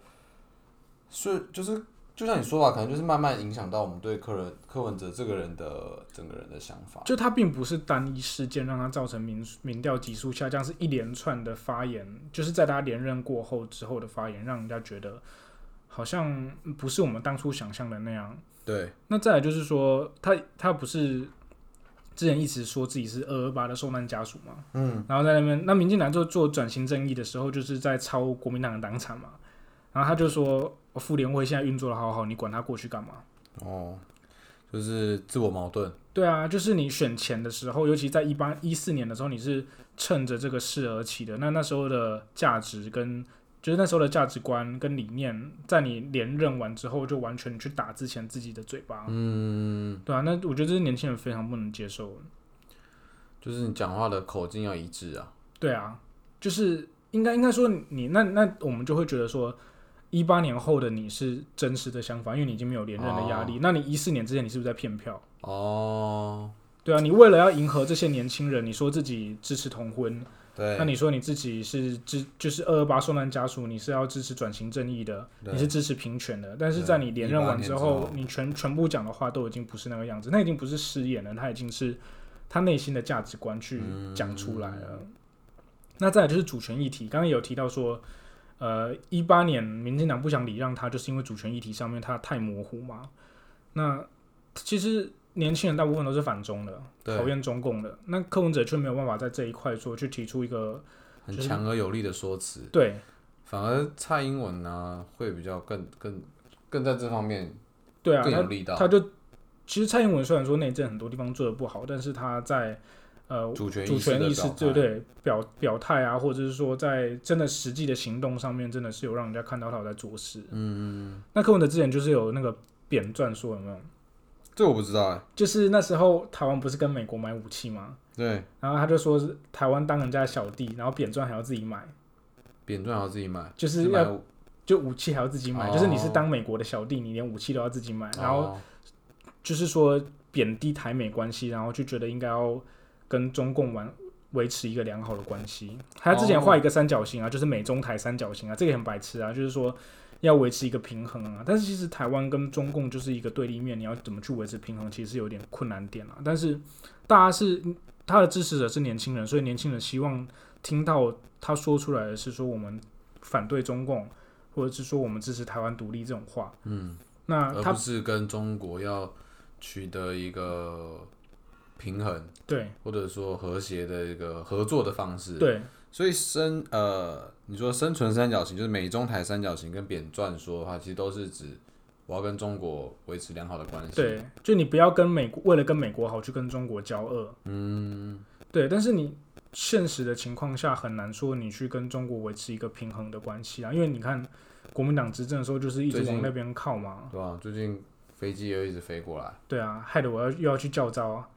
A: 是就是就像你说吧，可能就是慢慢影响到我们对柯人柯文哲这个人的整个人的想法。
B: 就他并不是单一事件让他造成民民调急速下降，是一连串的发言，就是在他连任过后之后的发言，让人家觉得好像不是我们当初想象的那样。
A: 对
B: 那再来就是说，他他不是之前一直说自己是二二八的受难家属嘛，嗯，然后在那边，那民进党做做转型正义的时候，就是在抄国民党的党产嘛，然后他就说，哦妇联会现在运作的好好，你管他过去干嘛？
A: 哦，就是自我矛盾。
B: 对啊，就是你选前的时候，尤其在一八一四年的时候，你是趁着这个势而起的。那那时候的价值跟就是那时候的价值观跟理念，在你连任完之后，就完全去打之前自己的嘴巴。嗯，对啊，那我觉得这是年轻人非常不能接受的。
A: 就是你讲话的口径要一致啊。
B: 对啊，就是应该应该说你那那我们就会觉得说，一八年后的你是真实的想法，因为你已经没有连任的压力。那你一四年之前，你是不是在骗票？
A: 哦，
B: 对啊，你为了要迎合这些年轻人，你说自己支持同婚，
A: 对，
B: 那你说你自己是支就是二二八受难家属，你是要支持转型正义的，
A: 对
B: 你是支持平权的，但是在你连任完之
A: 18年之
B: 后
A: 后，
B: 你全全部讲的话都已经不是那个样子，那已经不是失言了，他已经是他内心的价值观去
A: 嗯
B: 讲出来了。那再来就是主权议题，刚刚也有提到说，呃，一八年民进党不想礼让他，就是因为主权议题上面他太模糊嘛。那其实年轻人大部分都是反中的，
A: 对
B: 讨厌中共的，那柯文哲却没有办法在这一块说去提出一个
A: 很强而有力的说辞，
B: 对
A: 反而蔡英文呢、会比较更更更在这方面
B: 对啊，
A: 更有
B: 他
A: 力道。
B: 他就其实蔡英文虽然说内政很多地方做的不好，但是他在呃
A: 主权
B: 主权
A: 的
B: 意识
A: 表
B: 对
A: 达，
B: 对表表态啊，或者是说在真的实际的行动上面，真的是有让人家看到他有在做事。嗯嗯。那柯文哲之前就是有那个扁钻说有没有？
A: 这我不知道哎、
B: 欸就是那时候台湾不是跟美国买武器吗？
A: 对，
B: 然后他就说是台湾当人家的小弟，然后扁钻还要自己买，
A: 扁钻还要自己买，
B: 就是是
A: 买
B: 要就武器还要自己买，
A: 哦
B: 就是你是当美国的小弟，你连武器都要自己买，然后
A: 哦
B: 就是说贬低台美关系，然后就觉得应该要跟中共玩维持一个良好的关系。还有之前
A: 哦
B: 画一个三角形啊，就是美中台三角形啊，这个也很白痴啊，就是说要维持一个平衡啊。但是其实台湾跟中共就是一个对立面，你要怎么去维持平衡，其实是有点困难点啊。但是大家是他的支持者是年轻人，所以年轻人希望听到他说出来的是说我们反对中共，或者是说我们支持台湾独立这种话。嗯，那
A: 而
B: 他
A: 不是跟中国要取得一个平衡，
B: 对
A: 或者说和谐的一个合作的方式。
B: 对。
A: 所以生呃，你说生存三角形就是美中台三角形跟扁钻说的话，其实都是指我要跟中国维持良好的关系。，
B: 对，就你不要跟美国为了跟美国好去跟中国交恶。嗯，对，但是你现实的情况下很难说你去跟中国维持一个平衡的关系啊，因为你看国民党执政的时候就是一直
A: 最近
B: 往那边靠嘛。
A: 对吧？最近飞机又一直飞过来，
B: 对啊，害得我要又要去叫招啊。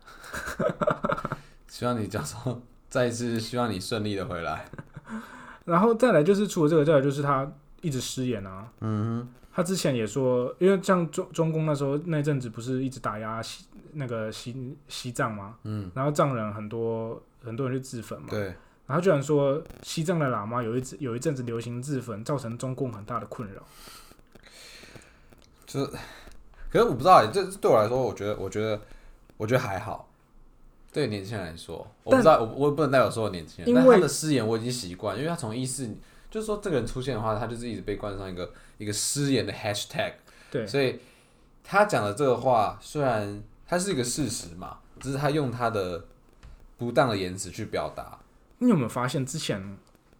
A: 希望你教授 再一次希望你顺利的回来。
B: 然后再来就是除了这个，再来就是他一直失言啊。嗯他之前也说，因为像中中共那时候那阵子不是一直打压西那个西西藏嘛，嗯，然后藏人很多很多人就自焚嘛，
A: 对，
B: 然后居然说西藏的喇嘛有一阵有一阵子流行自焚，造成中共很大的困扰。
A: 可是我不知道欸，这这对我来说，我觉得我觉得我觉得还好。对年轻人来说，我不知道，我我也不能代表所有年轻人，
B: 因
A: 但他
B: 为
A: 的失言我已经习惯，因为他从一四，就是说这个人出现的话，他就是一直被冠上一个一个失言的 hashtag，
B: 对
A: 所以他讲的这个话虽然它是一个事实嘛，只是他用他的不当的言辞去表达。
B: 你有没有发现之前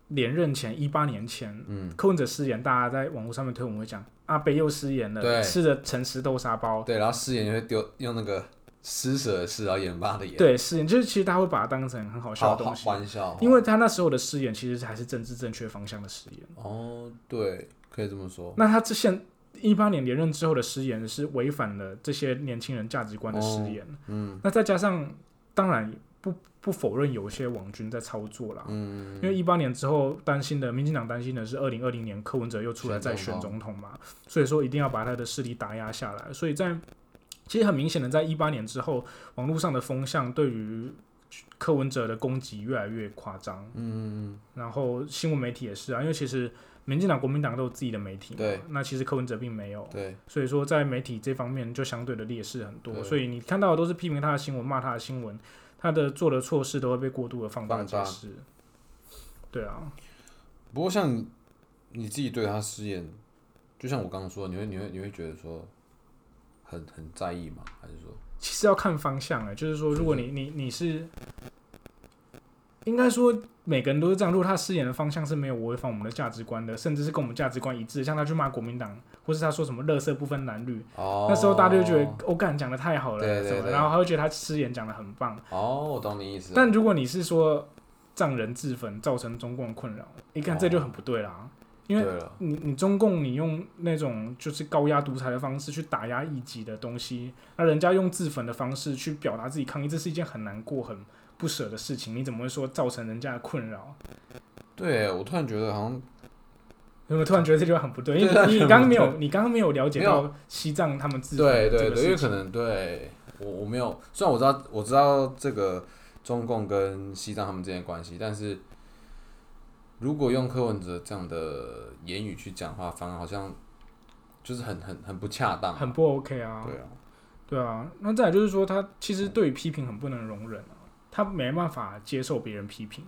B: 连任前一八年前，嗯，柯文哲失言，大家在网络上面推文会讲阿北又失言了，
A: 对
B: 吃了诚实豆沙包，
A: 对，然后誓言就会丢用那个施舍的施，然后盐巴的盐，
B: 对，失言就是其实大家会把它当成很好笑
A: 好
B: 的
A: 哦好
B: 东西，
A: 玩笑。
B: 因为他那时候的失言其实还是政治正确方向的失言。
A: 哦，对，可以这么说。
B: 那他之前一八年连任之后的失言是违反了这些年轻人价值观的失
A: 哦
B: 言。嗯，那再加上当然不不否认有一些网军在操作啦。嗯，因为一八年之后担心的，民进党担心的是二零二零年柯文哲又出来再选
A: 选
B: 总统嘛，所以说一定要把他的势力打压下来。所以在其实很明显的，在一八年之后，网络上的风向对于柯文哲的攻击越来越夸张。
A: 嗯，
B: 然后新闻媒体也是啊，因为其实民进党、国民党都有自己的媒体嘛，
A: 对
B: 那其实柯文哲并没有，
A: 对，
B: 所以说在媒体这方面就相对的劣势很多，
A: 对
B: 所以你看到的都是批评他的新闻、骂他的新闻，他的做的错事都会被过度的放大
A: 放
B: 解
A: 大
B: 释。对啊，
A: 不过像你自己对他失言，就像我刚刚说的，你会你会你会觉得说很很在意吗？还是说
B: 其实要看方向哎、就是说如果你你你是，应该说每个人都是这样，如果他饰演的方向是没有违反我们的价值观的，甚至是跟我们价值观一致，像他去骂国民党，或是他说什么“垃圾不分男女”，
A: 哦，
B: 那时候大家就觉得我干讲的太好了，
A: 对对
B: 什么的，
A: 对
B: 然后他会觉得他失言讲的很棒。
A: 哦，我懂你意思。
B: 但如果你是说让人自焚，造成中共困扰，你看
A: 哦
B: 这就很不对啦，因
A: 对
B: 为
A: 了，
B: 你你中共你用那种就是高压独裁的方式去打压异己的东西，那人家用自焚的方式去表达自己抗议，这是一件很难过、很不舍的事情。你怎么会说造成人家的困扰？
A: 对我突然觉得好像
B: 因为我突然觉得这句话很不对，因
A: 对
B: 为
A: 啊
B: 你你
A: 很不
B: 刚刚没
A: 对
B: 有，你刚刚没有了解
A: 没有
B: 到西藏他们自焚
A: 对
B: 的这
A: 对
B: 个
A: 对，因为
B: 事
A: 可
B: 情。
A: 能对我我没有，虽然我知道我知道这个中共跟西藏他们之间的关系，但是如果用柯文哲这样的言语去讲话，反而好像就是很很很不恰当。
B: 很不 OK 啊，
A: 对啊，
B: 对啊，那再来就是说，他其实对于批评很不能容忍啊，他没办法接受别人批评，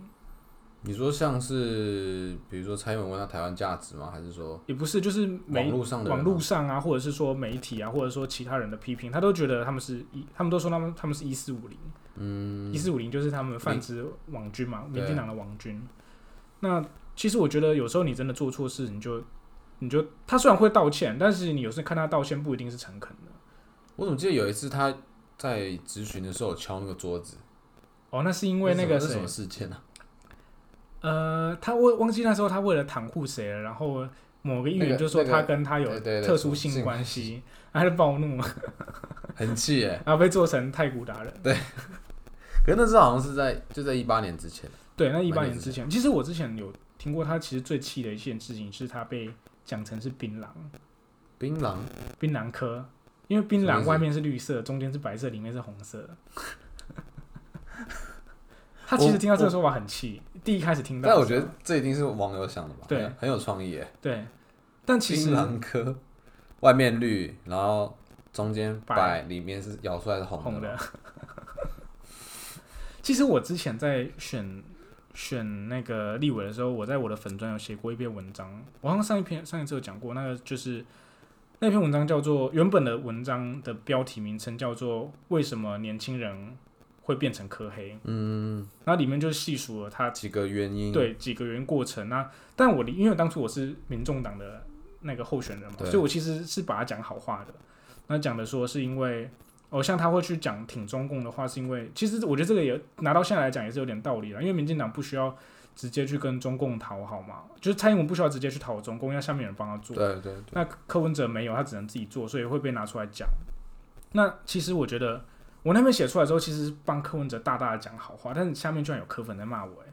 A: 你说像是比如说蔡英文问他台湾价值吗？还是说
B: 也不是就是
A: 网
B: 媒
A: 络上的人
B: 网
A: 吗
B: 络上啊，或者是说媒体啊，或者说其他人的批评，他都觉得他们是一，他们都说他们他们是一四五零，嗯，一四五零就是他们泛指网军嘛，
A: 对
B: 民进党的网军。那其实我觉得有时候你真的做错事，你就你就他虽然会道歉，但是你有时候看他道歉不一定是诚恳的。
A: 我怎么记得有一次他在咨询的时候有敲那个桌子，
B: 哦，那是因为那个
A: 那是什么是什
B: 谁
A: 么事件啊？
B: 呃，他为忘记那时候他为了袒护谁了，然后某个议
A: 那
B: 员
A: 个
B: 就说
A: 那个
B: 他跟他有
A: 对对对
B: 特殊性
A: 性
B: 关系，然后他就暴怒，
A: 很气耶！
B: 然后被做成太古达人。
A: 可是那时候好像是在就在一八年之前，
B: 对，那一八
A: 蛮
B: 年
A: 有
B: 之前，其实我之前有听过他，其实最气的一件事情是他被讲成是槟榔，
A: 槟榔
B: 槟榔科，因为槟
A: 什么
B: 榔
A: 意思
B: 外面是绿色，中间是白色，里面是红 色。他其实
A: 我
B: 听到这个
A: 我
B: 说法很气，第一开始听到的时
A: 但
B: 候，
A: 我觉得这一定是网友想的吧？
B: 对
A: 很有，很有创意耶。
B: 对，但其实
A: 槟榔科外面绿，然后中间
B: 白
A: 白，里面是咬出来是红
B: 红
A: 的嘛。
B: 的。哦 其实我之前在选选那个立委的时候，我在我的粉专有写过一篇文章，我好像上一篇上一次有讲过，那个就是那篇文章叫做原本的文章的标题名称叫做“为什么年轻人会变成科黑”，
A: 嗯，
B: 然后里面就细数了他
A: 几个原因。，
B: 对几个原因过程。那但我因为当初我是民众党的那个候选人嘛，
A: 对
B: 所以我其实是把他讲好话的。那讲的说是因为，哦，像他会去讲挺中共的话，是因为其实我觉得这个也拿到现在来讲也是有点道理了，因为民进党不需要直接去跟中共讨好嘛，就是蔡英文不需要直接去讨中共，要下面有人帮他做。
A: 对对对，
B: 那柯文哲没有，他只能自己做，所以会被拿出来讲。那其实我觉得，我那边写出来之后，其实是帮柯文哲大大的讲好话，但是下面居然有柯粉在骂我、欸，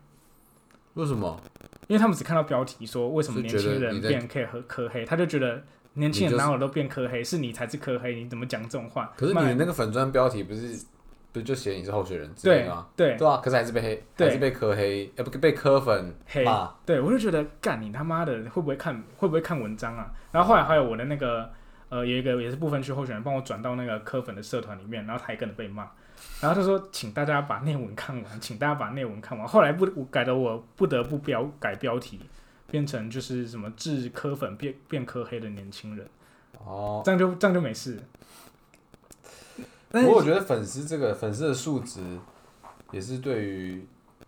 A: 为什么？
B: 因为他们只看到标题说为什么
A: 是
B: 年
A: 觉得
B: 轻人
A: 你在
B: 变黑和科黑，他就觉得年轻
A: 你
B: 人
A: 就是
B: 哪有都变科黑，是你才是科黑，你怎么讲这种话？
A: 可是
B: 骂
A: 你那个粉砖标题不是不是就写你是候选人之类
B: 对
A: 的吗？
B: 对
A: 对啊，可是还是被黑，
B: 对
A: 还是被磕黑，呃，不被磕粉
B: 黑
A: 骂。
B: 对，我就觉得干你他妈的会不会看会不会看文章啊？然后后来还有我的那个呃有一个也是部分区候选人帮我转到那个科粉的社团里面，然后他也跟着被骂，然后他说请大家把内文看完，请大家把内文看完。后来不我改的我不得不标改标题，变成就是什么治科粉变变科黑的年轻人。
A: 哦，
B: 这样就这样就没事。
A: 不
B: 但是
A: 过我觉得粉丝这个粉丝的数值也是对于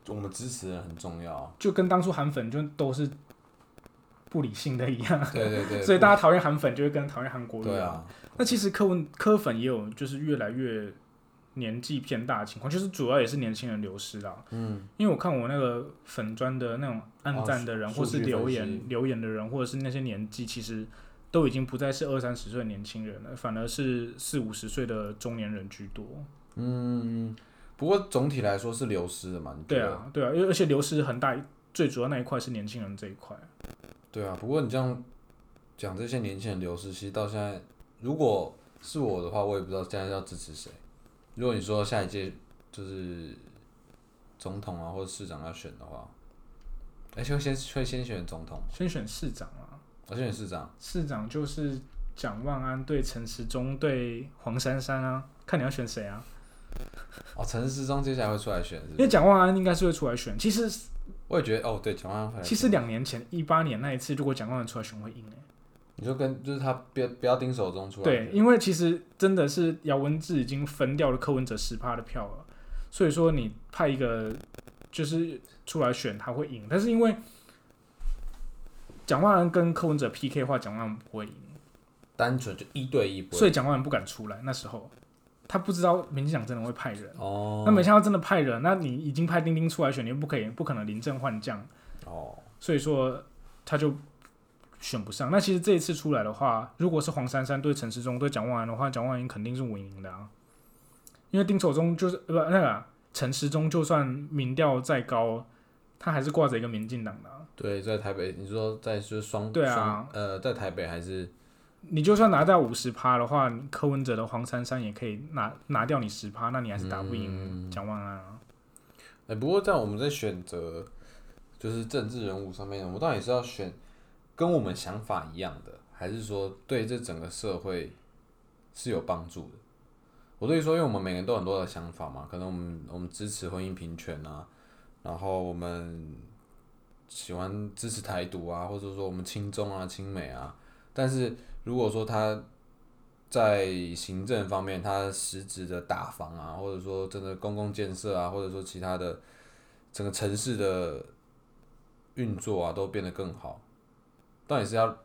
A: 我们支持人很重要。啊
B: 就跟当初韩粉就都是不理性的一 样，
A: 对对对，
B: 所以大家讨厌韩粉就会跟讨厌韩国人。
A: 对啊，
B: 那其实柯文柯粉也有就是越来越年纪偏大的情况，就是主要也是年轻人流失啦。
A: 嗯，
B: 因为我看我那个粉砖的那种暗赞的人，
A: 哦数
B: 或是
A: 数据分
B: 留
A: 析
B: 言留言的人，或者是那些年纪其实都已经不再是二三十岁的年轻人了，反而是四五十岁的中年人居多。
A: 不过总体来说是流失的嘛，你觉
B: 对
A: 得？
B: 啊，对啊，因为而且流失很大一，最主要那一块是年轻人这一块。
A: 对啊，不过你这样讲这些年轻人流失，其实到现在，如果是我的话，我也不知道现在要支持谁。如果你说下一届就是总统啊或者市长要选的话，而且会先会先选总统，
B: 先选市长啊，
A: 我先选市长。
B: 市长就是蒋万安对陈时中对黄珊珊啊，看你要选谁啊。
A: 哦，陈时中接下来会出来选是
B: 因
A: 不
B: 为
A: 是？
B: 蒋万安应该是会出来选。其实
A: 我也觉得哦，对，蒋万安会来选。
B: 其实两年前一八年那一次，如果蒋万安出来选会赢、欸
A: 你就跟就是他不要不要盯手中出来
B: 对，
A: 选。
B: 因为其实真的是姚文智已经分掉了柯文哲十趴的票了，所以说你派一个就是出来选他会赢，但是因为蒋万安跟柯文哲 PK 的话，蒋万安不会赢，
A: 单纯就一对一不
B: 所
A: 会。
B: 以蒋万安不敢出来。那时候他不知道民进党真的会派人，
A: 哦
B: 那没想到真的派人，那你已经派丁丁出来选，你又不可以不可能临阵换将，
A: 哦，
B: 所以说他就选不上。那其实这一次出来的话，如果是黄珊珊对陈时中对蒋万安的话，蒋万安肯定是稳赢的啊，因为丁守中就是呃不那个啊陈、时中，就算民调再高，他还是挂着一个民进党的啊、
A: 对，在台北，你说在就是双
B: 对啊
A: 双呃，在台北还是
B: 你就算拿到五十趴的话，你柯文哲的黄珊珊也可以拿拿掉你十趴，那你还是打不赢蒋万安啊。
A: 哎、不过在我们在选择就是政治人物上面，我们到底是要选跟我们想法一样的，还是说对这整个社会是有帮助的？我对于说，因为我们每个人都有很多的想法嘛，可能我们我们支持婚姻平权啊，然后我们喜欢支持台独啊，或者说我们亲中啊、亲美啊，但是如果说他在行政方面，它实质的打房啊，或者说真的公共建设啊，或者说其他的整个城市的运作啊，都变得更好。到底是要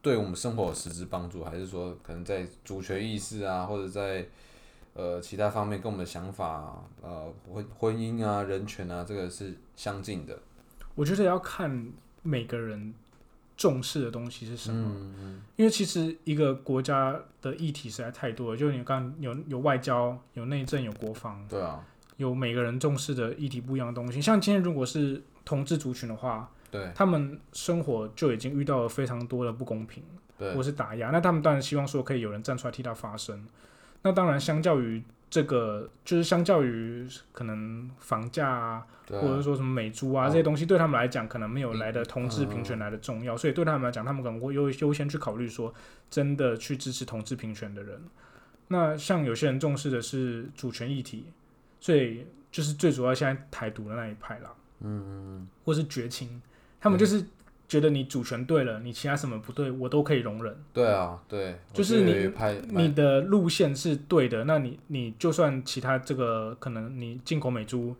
A: 对我们生活有实质帮助，还是说可能在主权意识啊，或者在呃其他方面跟我们的想法、呃婚婚姻啊、人权啊，这个是相近的？
B: 我觉得要看每个人重视的东西是什么。
A: 嗯嗯
B: 因为其实一个国家的议题实在太多了，就是你刚有有外交、有内政、有国防，
A: 对啊，
B: 有每个人重视的议题不一样的东西。像今天如果是同志族群的话，
A: 对
B: 他们生活就已经遇到了非常多的不公平
A: 对
B: 或是打压，那他们当然希望说可以有人站出来替他发声。那当然，相较于这个，就是相较于可能房价啊，
A: 对嗯
B: 或者
A: 啊，
B: 说什么美猪啊、这些东西，对他们来讲可能没有来的同志平权来的重要，所以对他们来讲，他们可能会优优先去考虑说，真的去支持同志平权的人。那像有些人重视的是主权议题，所以就是最主要现在台独的那一派啦，嗯，或是绝情，他
A: 嗯
B: 们就是觉得你主权对了，你其他什么不对，我都可以容忍。
A: 对啊，对，我
B: 就是
A: 觉得
B: 你
A: 有一派蛮
B: 你的路线是对的，那你你就算其他这个可能你进口美猪，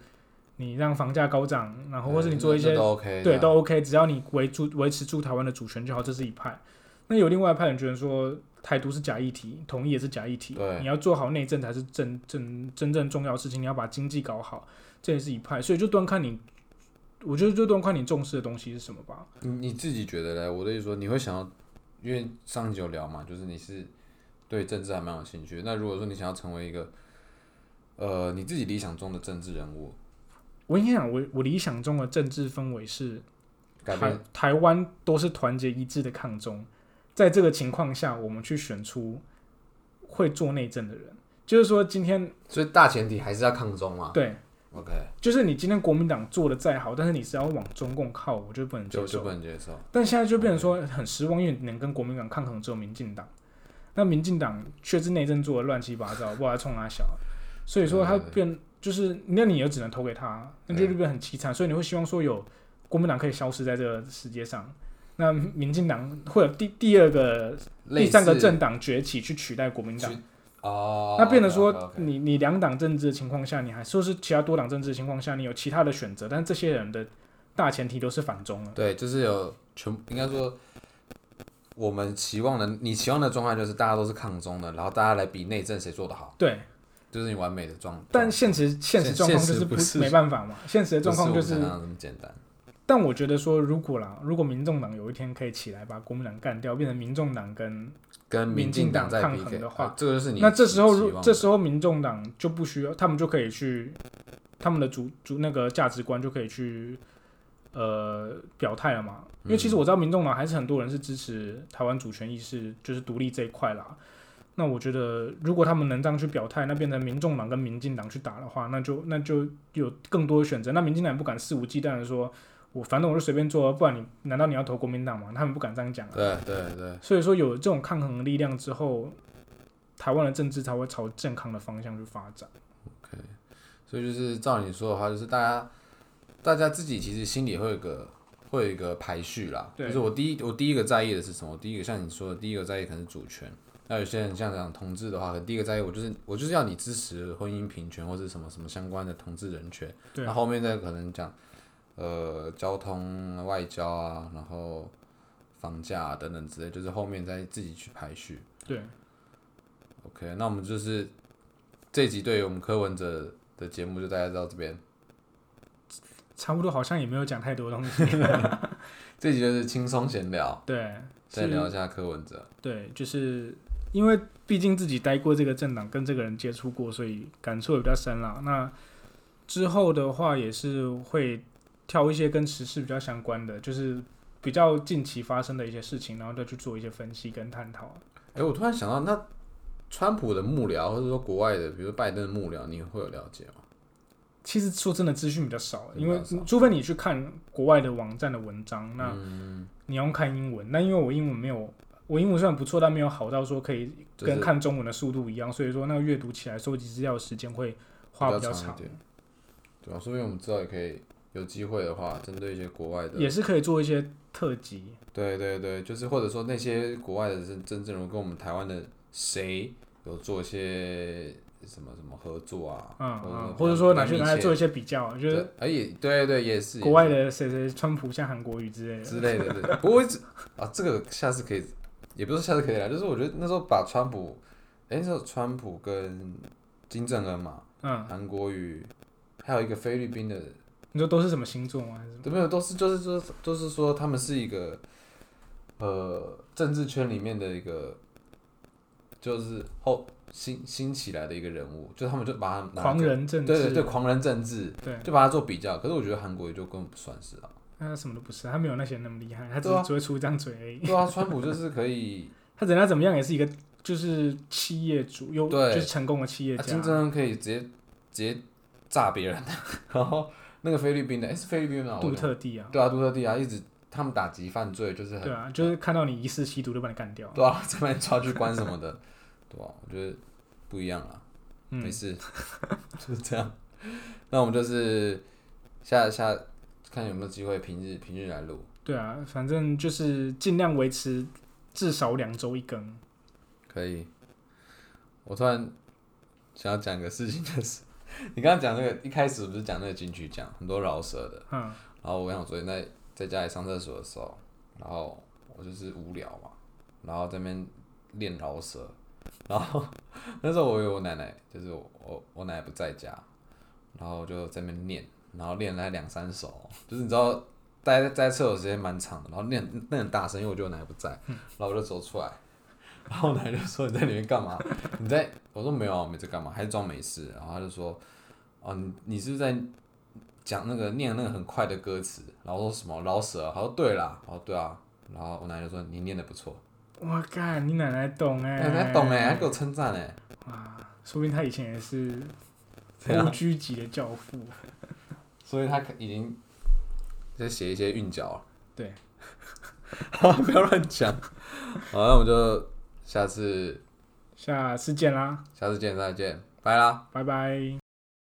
B: 你让房价高涨，然后啊或是你
A: 嗯
B: 做一
A: 那
B: 些
A: 那都 OK，
B: 对，
A: 这样
B: 都 OK，只要你维住维持住台湾的主权就好，这是一派。那有另外一派人觉得说，台独是假议题，统一也是假议题
A: 对，
B: 你要做好内政才是真正真正重要的事情，你要把经济搞好，这也是一派。所以就端看你，我觉得就端看你重视的东西是什么吧。
A: 你你自己觉得嘞？我的意思说，你会想要，因为上一集有聊嘛，就是你是对政治还蛮有兴趣的。那如果说你想要成为一个，呃，你自己理想中的政治人物，
B: 我跟你讲，我我理想中的政治氛围是
A: 改
B: 台
A: 变
B: 台湾都是团结一致的抗中，在这个情况下，我们去选出会做内政的人，就是说今天
A: 所以大前提还是要抗中嘛。
B: 对。
A: OK，
B: 就是你今天国民党做的再好，但是你是要往中共靠，我就不能接
A: 就就不
B: 受。
A: 能接受。
B: 但现在就变成说很失望，因为能跟国民党抗衡只有民进党，那民进党却是内政做的乱七八糟，不然冲他小，所以说他
A: 对对对
B: 变就是那你也只能投给他，那就
A: 对
B: 变得很凄惨。所以你会希望说有国民党可以消失在这个世界上，那民进党会有第第二个、
A: 类
B: 第
A: 似
B: 三个政党崛起去取代国民党
A: 取。哦，
B: 那变得说
A: OK，OK，OK
B: 你，你两党政治的情况下，你还说是其他多党政治的情况下，你有其他的选择，但这些人的大前提都是反中了。
A: 对，就是有全应该说，我们期望的你期望的状态就是大家都是抗中的，然后大家来比内政谁做得好，
B: 对，
A: 就是你完美的状。
B: 但现实现实状况就
A: 现实不
B: 是
A: 是
B: 没办法嘛，现实的状况就
A: 不是
B: 是
A: 我们想象的那么简单。
B: 但我觉得说，如果啦，如果民众党有一天可以起来把国民党干掉，变成民众党跟
A: 跟
B: 民进
A: 进
B: 党
A: 在
B: 抗
A: PK
B: 衡的话
A: 啊这个就是你
B: 那这时候
A: 期
B: 如
A: 望
B: 这
A: 的
B: 时候民众党就不需要，他们就可以去他们的主主那个价值观就可以去呃表态了嘛。因为
A: 嗯
B: 其实我知道民众党还是很多人是支持台湾主权意识，就是独立这一块啦。那我觉得，如果他们能这样去表态，那变成民众党跟民进党去打的话，那就那就有更多的选择。那民进党也不敢肆无忌惮的说，我反正我就随便做啊，不然你难道你要投国民党吗？他们不敢这样讲啊。
A: 对对对，
B: 所以说有这种抗衡的力量之后，台湾的政治才会朝健康的方向去发展。
A: 所以就是照你说的话，就是大家大家自己其实心里会有一个会有一个排序啦。
B: 对
A: 就是我第一我第一个在意的是什么？我第一个像你说的，第一个在意可能是主权。那有些人像讲同志的话，可能第一个在意我就是我就是要你支持婚姻平权或者什么什么相关的同志人权。
B: 对
A: 那后面再可能讲呃交通、外交啊，然后房价、啊、等等之类，就是后面再自己去排序。
B: 对，
A: OK，那我们就是这集对于我们柯文哲的节目就大概到这边。
B: 差不多好像也没有讲太多东西。
A: 这集就是轻松闲聊，
B: 对，
A: 再聊
B: 是，
A: 一下柯文哲。
B: 对，就是因为毕竟自己待过这个政党，跟这个人接触过，所以感触也比较深啦。那之后的话也是会挑一些跟时事比较相关的，就是比较近期发生的一些事情，然后再去做一些分析跟探讨。
A: 哎、我突然想到，那川普的幕僚，或者说国外的，比如说拜登的幕僚，你会有了解吗？
B: 其实说真的，资讯比较少，因为嗯
A: 比较少
B: 除非你去看国外的网站的文章，那
A: 嗯
B: 你要看英文。那因为我英文没有，我英文虽然不错，但没有好到说可以
A: 就
B: 跟
A: 是
B: 看中文的速度一样，所以说那个阅读起来、收集资料的时间会花
A: 比
B: 较
A: 长一点，对吧、啊说明我们之后也可以有机会的话，针对一些国外的，
B: 也是可以做一些特辑。
A: 对对对，就是或者说那些国外的真真正如跟我们台湾的谁有做一些什么什么合作啊，
B: 嗯
A: 或者
B: 嗯，
A: 说
B: 或者说拿
A: 比
B: 去
A: 较
B: 拿来
A: 密切
B: 做一些比较，就
A: 对
B: 是，
A: 哎，也对对，也是
B: 国外
A: 也
B: 的谁谁川普像韩国语之类
A: 是
B: 的。
A: 之类的，对。不过我一直啊，这个下次可以，也不是下次可以来，就是我觉得那时候把川普，哎，那时候川普跟金正恩嘛，
B: 嗯，
A: 韩国瑜，还有一个菲律宾的，
B: 你说都是什么星座吗？还是什么
A: 都没有，都是就是说，就是说他们是一个，呃，政治圈里面的一个，就是后新新起来的一个人物，就他们就把他拿来
B: 狂
A: 做，
B: 人政
A: 对对
B: 治？
A: 对，狂人政治，
B: 对
A: 就把他做比较。可是我觉得韩国瑜就根本不算是啊。
B: 他什么都不是，他没有那些人那么厉害，他只
A: 对啊
B: 是只会出一张嘴而已。
A: 对啊，川普就是可以，
B: 他怎样怎么样也是一个就是企业主，又
A: 对
B: 就是成功的企业
A: 啊、
B: 家。
A: 金正恩可以直接直接炸别人， 然后那个菲律宾的，哎、是菲律宾吗？我
B: 杜特地啊，
A: 对啊，杜特地啊，一直他们打击犯罪就是很
B: 对啊，就是看到你疑似吸毒就把你干掉。
A: 对啊，这边抓去关什么的，对啊，我觉得不一样啊，
B: 嗯
A: 没，事， 就是这样。那我们就是下下看有没有机会平日平日来录，
B: 对啊，反正就是尽量维持至少两周一更。
A: 可以。我突然想要讲个事情，就是你刚刚讲那个一开始不是讲那个金曲奖很多饶舌的。
B: 嗯
A: 然后我跟我昨天在在家里上厕所的时候，然后我就是无聊嘛，然后在那边练饶舌，然后 那时候我有我奶奶，就是我我我奶奶不在家，然后我就在那边念，然后练了大概两三首，就是你知道待在在厕所时间蛮长的，然后练那很大声，因为我觉得我奶奶不在，然后我就走出来。然后我奶奶就说你在里面干嘛？ 你在？我说没有啊，我没在干嘛，还装没事。然后她就说，哦，你你是不是在讲那个念那个很快的歌词，然后说什么老舍，他说对啦，哦对啊，然后我奶奶就说你念的不错，
B: 我干，你奶奶懂哎、
A: 奶奶懂哎，还给我称赞哎，
B: 哇，说不定他以前也是
A: 对啊
B: 欧居级的教父。
A: 所以他已经在写一些韵脚了，
B: 对，
A: 好 不要乱讲，好，那我们就下次
B: 下次见啦，
A: 下次见再见，拜啦。
B: 拜拜。